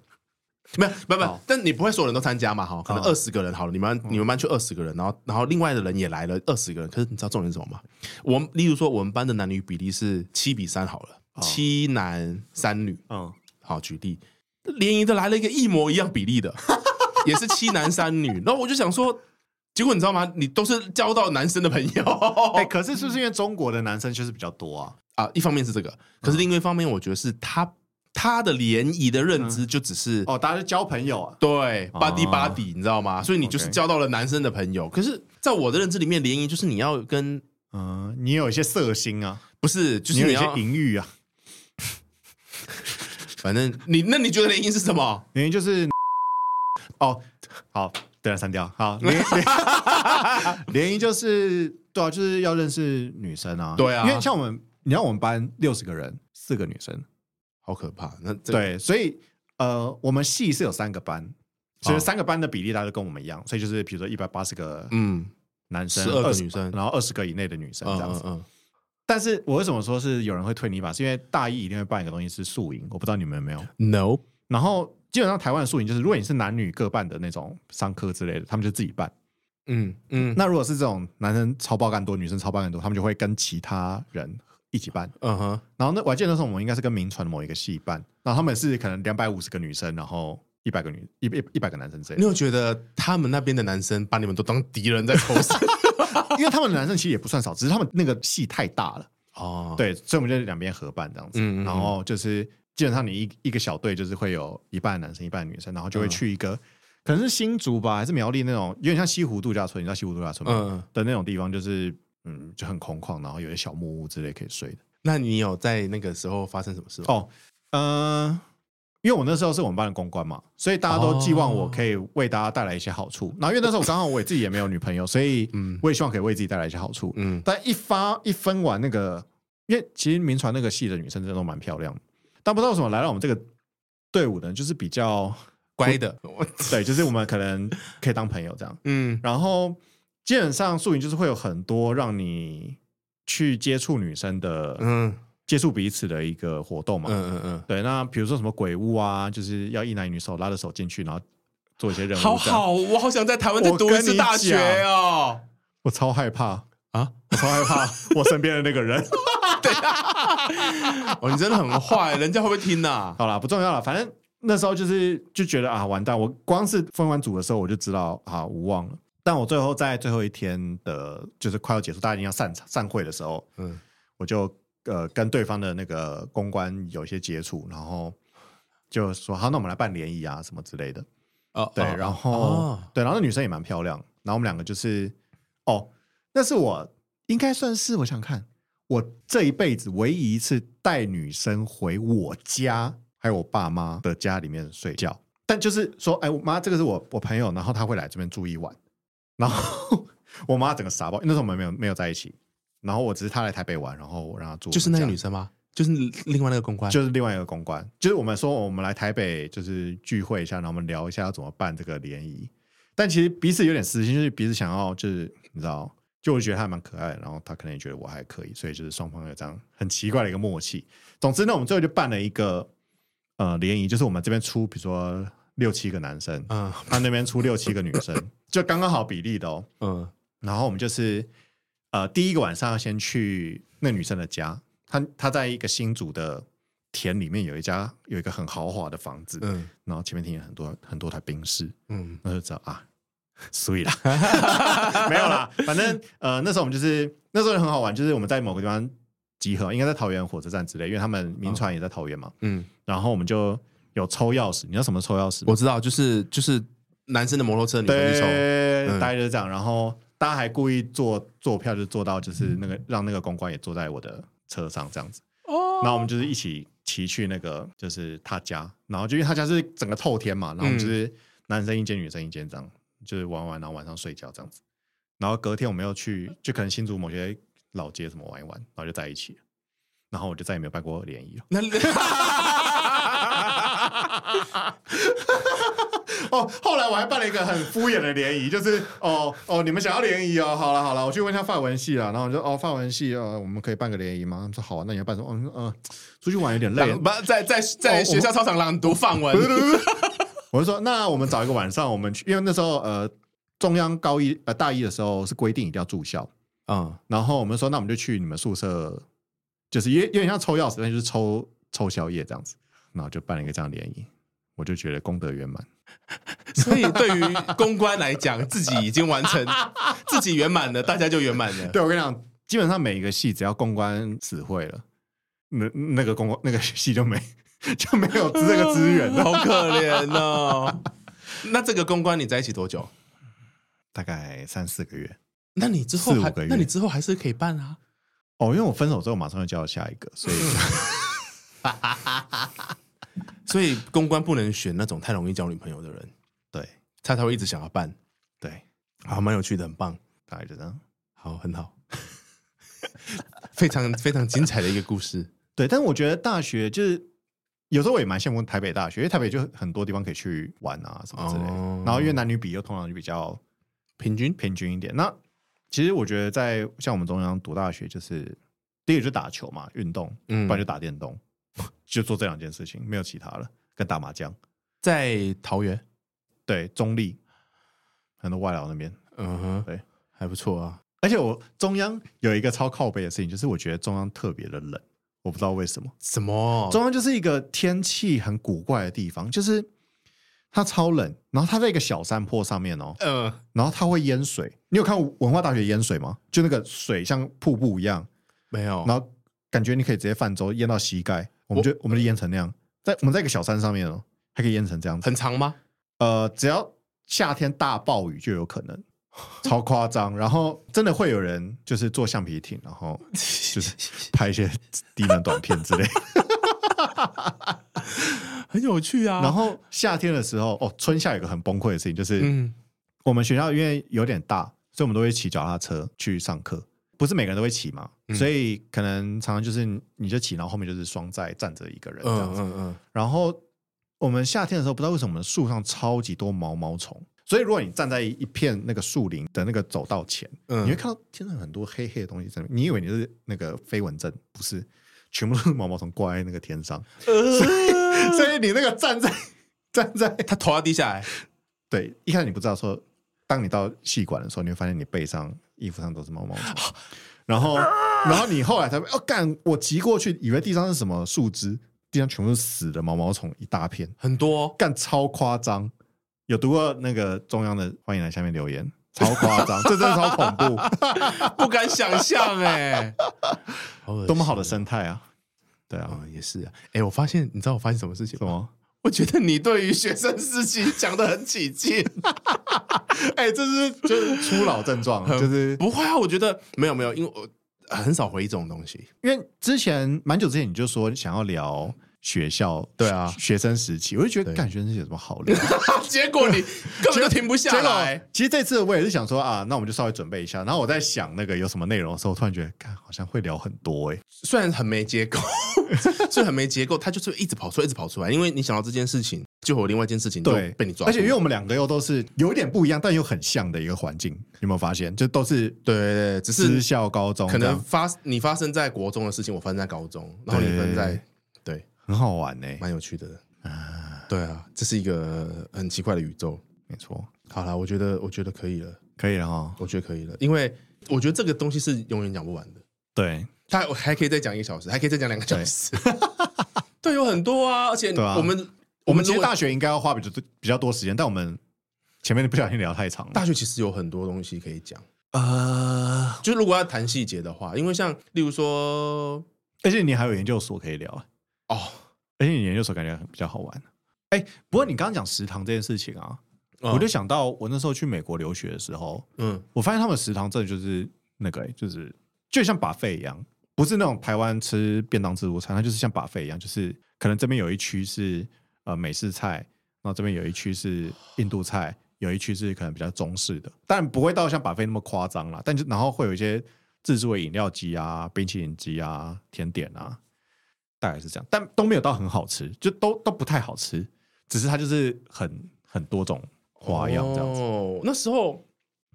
没有，没有，没有哦，但你不会所有人都参加嘛？哈，可能哦二十个人好了，你们你们班就二十个人，然后然后另外的人也来了二十个人。可是你知道重点是什么吗？我们例如说我们班的男女比例是七比三好了，哦七男三女，嗯，好，举例，联谊的来了一个一模一样比例的， 也是七男三女。然后我就想说，结果你知道吗？你都是交到男生的朋友 哎，可是是不是因为中国的男生确实比较多啊？啊。一方面是这个，可是另外一方面，我觉得是他他的联谊的认知就只是、哦，大家就交朋友嗯啊。对哦 buddy buddy，你知道吗？所以你就是 OK 交到了男生的朋友。可是，在我的认知里面，联谊就是你要跟嗯，你有一些色心啊，不是，就你是有你一些要，淫欲啊，反正你那你觉得联谊是什么？原因 就是哦，好，等下删掉。 好，联 联谊就是对啊，就是要认识女生啊。对啊因为像我们，你看我们班六十个人，四个女生，好可怕。那这个对，所以呃，我们系是有三个班，所哦以三个班的比例大家都跟我们一样，所以就是比如说一百八十个嗯，男生， 12个20女生然后二十个以内的女生嗯这样嗯子。嗯，但是我为什么说是有人会退你一把？是因为大一一定会办一个东西是宿营，我不知道你们有没有。 no，然后基本上台湾的宿营就是，如果你是男女各办的那种商科之类的，他们就自己办。嗯嗯那如果是这种男生超爆干多，女生超爆干多，他们就会跟其他人一起办。嗯哼，然后那我还记得那时候我们应该是跟民传某一个系办，然后他们是可能两百五十个女生，然后一百个女一一一百个男生之类你的，有觉得他们那边的男生把你们都当敌人在仇 视？因为他们的男生其实也不算少，只是他们那个系太大了，哦，，对，所以我们就两边合办这样子。嗯嗯嗯然后就是基本上你一一个小队就是会有一半男生一半女生，然后就会嗯去一个、可能是新竹吧，还是苗栗那种有点像西湖度假村，你知道西湖度假村吗？嗯，的那种地方就是嗯就很空旷，然后有些小木屋之类可以睡的。那你有在那个时候发生什么事吗？哦，嗯，因为我那时候是我们班的公关嘛，所以大家都寄望我可以哦为大家带来一些好处。然后因为那时候我刚好我自己也没有女朋友，所以嗯我也希望可以为自己带来一些好处。嗯但一发一分完那个，因为其实民传那个系的女生真的都蛮漂亮的，但不知道为什么来到我们这个队伍呢，就是比较乖的，我对，就是我们可能可以当朋友这样。嗯然后基本上宿营就是会有很多让你去接触女生的，嗯接触彼此的一个活动嗯嘛。嗯嗯对，那比如说什么鬼屋啊，就是要一男一女手拉着手进去，然后做一些任嗯，务。好，好，我好想在台湾再我读一跟次你大学讲哦。我超害怕啊啊！我超害怕我身边的那个人。 哦，你真的很坏，人家会不会听啊 呐、好啦，不重要了，反正那时候就是就觉得啊，完蛋！我光是分完组的时候，我就知道啊，无望了。但我最后在最后一天的，就是快要结束，大家已经要散散会的时候，嗯，我就呃跟对方的那个公关有一些接触，然后就说好，那我们来办联谊啊什么之类的。哦，对，哦然后、哦对，然后那女生也蛮漂亮，然后我们两个就是哦，那是我应该算是我想看我这一辈子唯一一次带女生回我家，还有我爸妈的家里面睡觉。但就是说，哎，我妈这个是我我朋友，然后她会来这边住一晚，然后我妈整个傻爆，因为那时候我们没有没有在一起，然后我只是她来台北玩，然后我让她住我们就是那个家女生吗？就是另外那个公关，就是另外一个公关，就是我们说我们来台北就是聚会一下，然后我们聊一下要怎么办这个联谊。但其实彼此有点私心，就是彼此想要就是你知道，就我觉得他还蛮可爱的，然后他可能也觉得我还可以，所以就是双方有这样很奇怪的一个默契。总之呢，我们最后就办了一个呃联谊，就是我们这边出比如说六七个男生，嗯他那边出六七个女生，就刚刚好比例的哦。嗯然后我们就是呃第一个晚上要先去那女生的家，她她在一个新竹的田里面有一家有一个很豪华的房子，嗯然后前面停了很多很多台宾士，嗯，那就知道啊，所以啦，没有啦，反正呃那时候我们就是那时候也很好玩，就是我们在某个地方集合，应该在桃园火车站之类，因为他们民船也在桃园嘛，嗯，然后我们就有抽钥匙，你知道什么抽钥匙吗？我知道，就是就是男生的摩托车，女生去抽，对，嗯大概就是这样。然后大家还故意坐坐票，就坐到就是那个让那个公关也坐在我的车上这样子。哦，然后我们就是一起骑去那个就是他家，然后就因为他家是整个透天嘛，然后我们就是男生一间，女生一间这样，就是玩玩，然后晚上睡觉这样子。然后隔天我们又去，就可能新竹某些老街什么玩一玩，然后就在一起了。然后我就再也没有办过联谊了。那 哦，后来我还办了一个很敷衍的联谊，就是哦哦，你们想要联谊哦，好了好了，我去问一下法文系啦。然后我就哦，法文系呃，我们可以办个联谊吗？他们说好啊，那你要办什么？嗯、呃，出去玩有点 累。朗不在在在学校操场朗读范文，我就说那我们找一个晚上，我们去，因为那时候呃，中央高一呃大一的时候是规定一定要住校， 嗯然后我们说那我们就去你们宿舍，就是有有点像抽钥匙，但就是抽抽宵夜这样子，然后就办了一个这样的联谊，我就觉得功德圆满。所以对于公关来讲，自己已经完 成，自己圆满了，大家就圆满了。 对我跟你讲，基本上每一个系只要公关死会了，那那个公关那个系就没就没有这个资源了。 好可怜 哦。那这个公关你在一起多久？大概三四个月那你之后四五还个，月那你之后还是可以办啊。哦，因为我分手之后马上就交了下一个，所以所以公关不能选那种太容易交女朋友的人，对他才会一直想要办。对，好，蛮有趣的，很棒，大概就这样。好，很好， 非常非常精彩的一个故事。对，但我觉得大学就是有时候我也蛮羡慕台北大学，因为台北就很多地方可以去玩啊什么之类的。哦然后因为男女比又通常就比较平均平均一点。那其实我觉得在像我们中央读大学，就是第一个就打球嘛，运动，嗯不然就打电动， 就做这两件事情，没有其他了，跟打麻将。在桃园，对，中立很多外劳那边，嗯哼，对，还不错啊。而且我中央有一个超靠背的事情，就是我觉得中央特别的冷，我不知道为什么。什么？中央就是一个天气很古怪的地方，就是它超冷，然后它在一个小山坡上面哦，呃，然后它会淹水。你有看文化大学淹水吗？就那个水像瀑布一样，没有。然后感觉你可以直接泛舟淹到膝盖，我们就我们就淹成那样，在我们在一个小山上面哦，还可以淹成这样子。很长吗？呃，只要夏天大暴雨就有可能，超夸张。然后真的会有人就是做橡皮艇，然后就是拍一些低能短片之类。 很有趣啊。然后夏天的时候，哦，春夏有个很崩溃的事情，就是、嗯，我们学校因为有点大，所以我们都会骑脚踏车去上课。不是每个人都会骑嘛，嗯所以可能常常就是你你就骑，然后后面就是双载站着一个人这样嗯子。嗯嗯，然后我们夏天的时候，不知道为什么我们树上超级多毛毛虫，所以如果你站在一片那个树林的那个走道前，嗯你会看到天上很多黑黑的东西在那边。你以为你是那个飞蚊症，不是，全部都是毛毛虫挂在那个天 上，呃所以你那个站在 站在 他头要低下来，对，一开始你不知道说，当你到戏馆的时候，你会发现你背上、衣服上都是毛毛虫，然后，然后你后来才会哦，干，我骑过去，以为地上是什么树枝，地上全部是死的毛毛虫，一大片，很多干超夸张。有读过那个中央的，欢迎来下面留言，超夸张，这真的超恐 怖，不敢想象 哎，多么好的生态啊！对啊，啊！也是啊，哎，我发现，你知道我发现什么事情什吗？么？我觉得你对于学生事情讲的很起 劲，哎、这是就是初老症状，就是不会啊？我觉得没有没有，因为我很少回忆这种东西。因为之前蛮久之前你就说想要聊学校，对啊学学生时期，我就觉得 对啊干学生时期有什么好聊？ 结果你根本就停不下结果来，其实这次我也是想说啊，那我们就稍微准备一下。然后我在想那个有什么内容的时候，突然觉得，看好像会聊很多哎、虽然很没结构， 虽然很没结构，它就是一直跑出来，一直跑出来。因为你想到这件事情，就会有另外一件事情就对，被你抓住，而且因为我们两个又都是有点不一样，但又很像的一个环境，你有没有发现？就都是对对对，只私是校高中，可这能样发你发生在国中的事情，我发生在高中，然后你发生在对，很好玩哎、蛮有趣的。对啊，这是一个很奇怪的宇宙。没错，好啦，我觉得我觉得可以了，可以了哈。我觉得可以了，因为我觉得这个东西是永远讲不完的，对，它我还可以再讲一个小时，还可以再讲两个小 时。对，有很多啊，而且对啊我们、我们如其果实大学应该要花比较多比较多时间，但我们前面不小心聊太长了。大学其实有很多东西可以讲。呃，就如果要谈细节的话，因为像例如说，而且你还有研究所可以聊，哦，而且你研究所感觉比较好玩。哎、不过你刚刚讲食堂这件事情啊，嗯我就想到我那时候去美国留学的时候，嗯，我发现他们食堂真的就是那个、哎就是就像把费一样，不是那种台湾吃便当自助餐，它就是像把费一样，就是可能这边有一区是呃美式菜，然后这边有一区是印度菜，有一区是可能比较中式的，但不会到像把费那么夸张啦。但就然后会有一些自助的饮料机啊、冰淇淋机啊、甜点啊，大概是这样，但都没有到很好吃，就都都不太好吃，只是它就是很很多种花样这样子，哦，那时候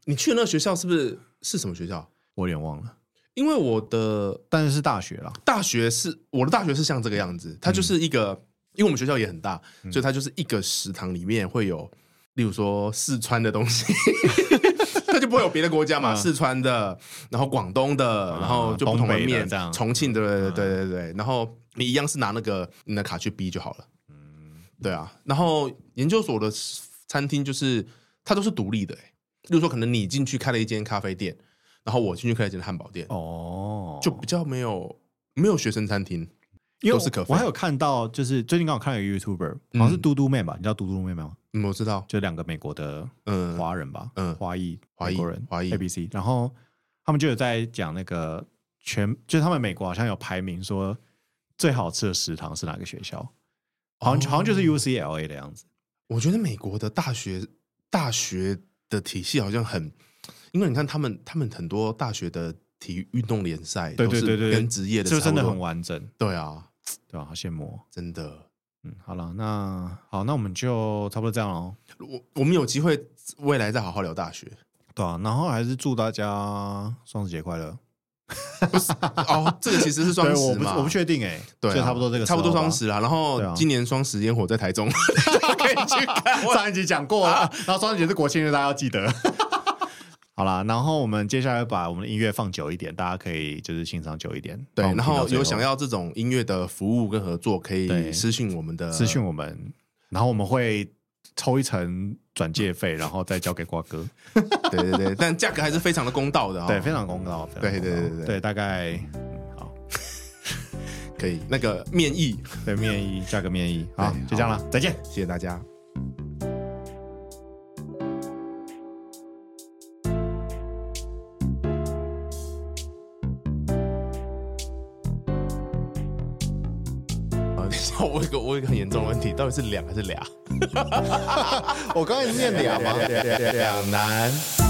你去的那个学校是不是是什么学校？我有点忘了。因为我的但是是大学啦，大学是我的大学是像这个样子，它就是一个，因为我们学校也很大，嗯所以它就是一个食堂里面会有，例如说四川的 东西，它就不会有别的国家嗯嘛，啊四川的，然后广东的，然后就不东同北的面，这样嗯重庆的，对对对对对，然后你一样是拿那个你的卡去逼就好了，嗯对啊，然后研究所的餐厅就是它都是独立的、欸，例如说可能你进去开了一间咖啡店，然后我进去开了一间汉堡店，哦，就比较没有没有学生餐厅，因为都是可我分我还有看到，就是最近刚好看了一个 YouTuber，好像是嘟嘟妹吧？你知道嘟嘟妹吗？嗯，我知道，就两个美国的嗯，华人吧，嗯华裔华裔美国人，华裔 ABC，然后他们就有在讲那个全，就是他们美国好像有排名说最好吃的食堂是哪个学校，好像、哦好像就是 UCLA 的样子。我觉得美国的大学大学的体系好像很，因为你看他们他们很多大学的体育运动联赛，对对对对，对跟职业的就真的差不多很，完整，对啊，对吧、好羡慕哦。真的嗯，好了，那好，那我们就差不多这样喽。我我们有机会未来再好好聊大 学对啊，然后还是祝大家双十节快乐。哦。这个其实是双对，我十不嘛，我不确定哎、对啊就差不多这个时差候吧，不多 双十啦。然对啊后今年双十烟火在台中，可以去看。我上一集讲过了，然后双节是国庆日，大家要记 得。好啦，然后我们接下来把我们的音乐放久一点，大家可以就是欣赏久一点。对，帮我然们听到后最有想要这种音乐的服务跟合作，可对以私信我们的私讯我们，然后我们会抽一层转介 费，然后再交给瓜哥。对对对，但价格还是非常的公道的啊、对，非常公道。非常对公道对对对对对，大概嗯好，可以。那个面议，对面议价格面议，好对，就这样了，再见。谢谢大家。啊，等一下我有一个我有一个很严重的问题， 到底是两还是俩？我刚才念两两难。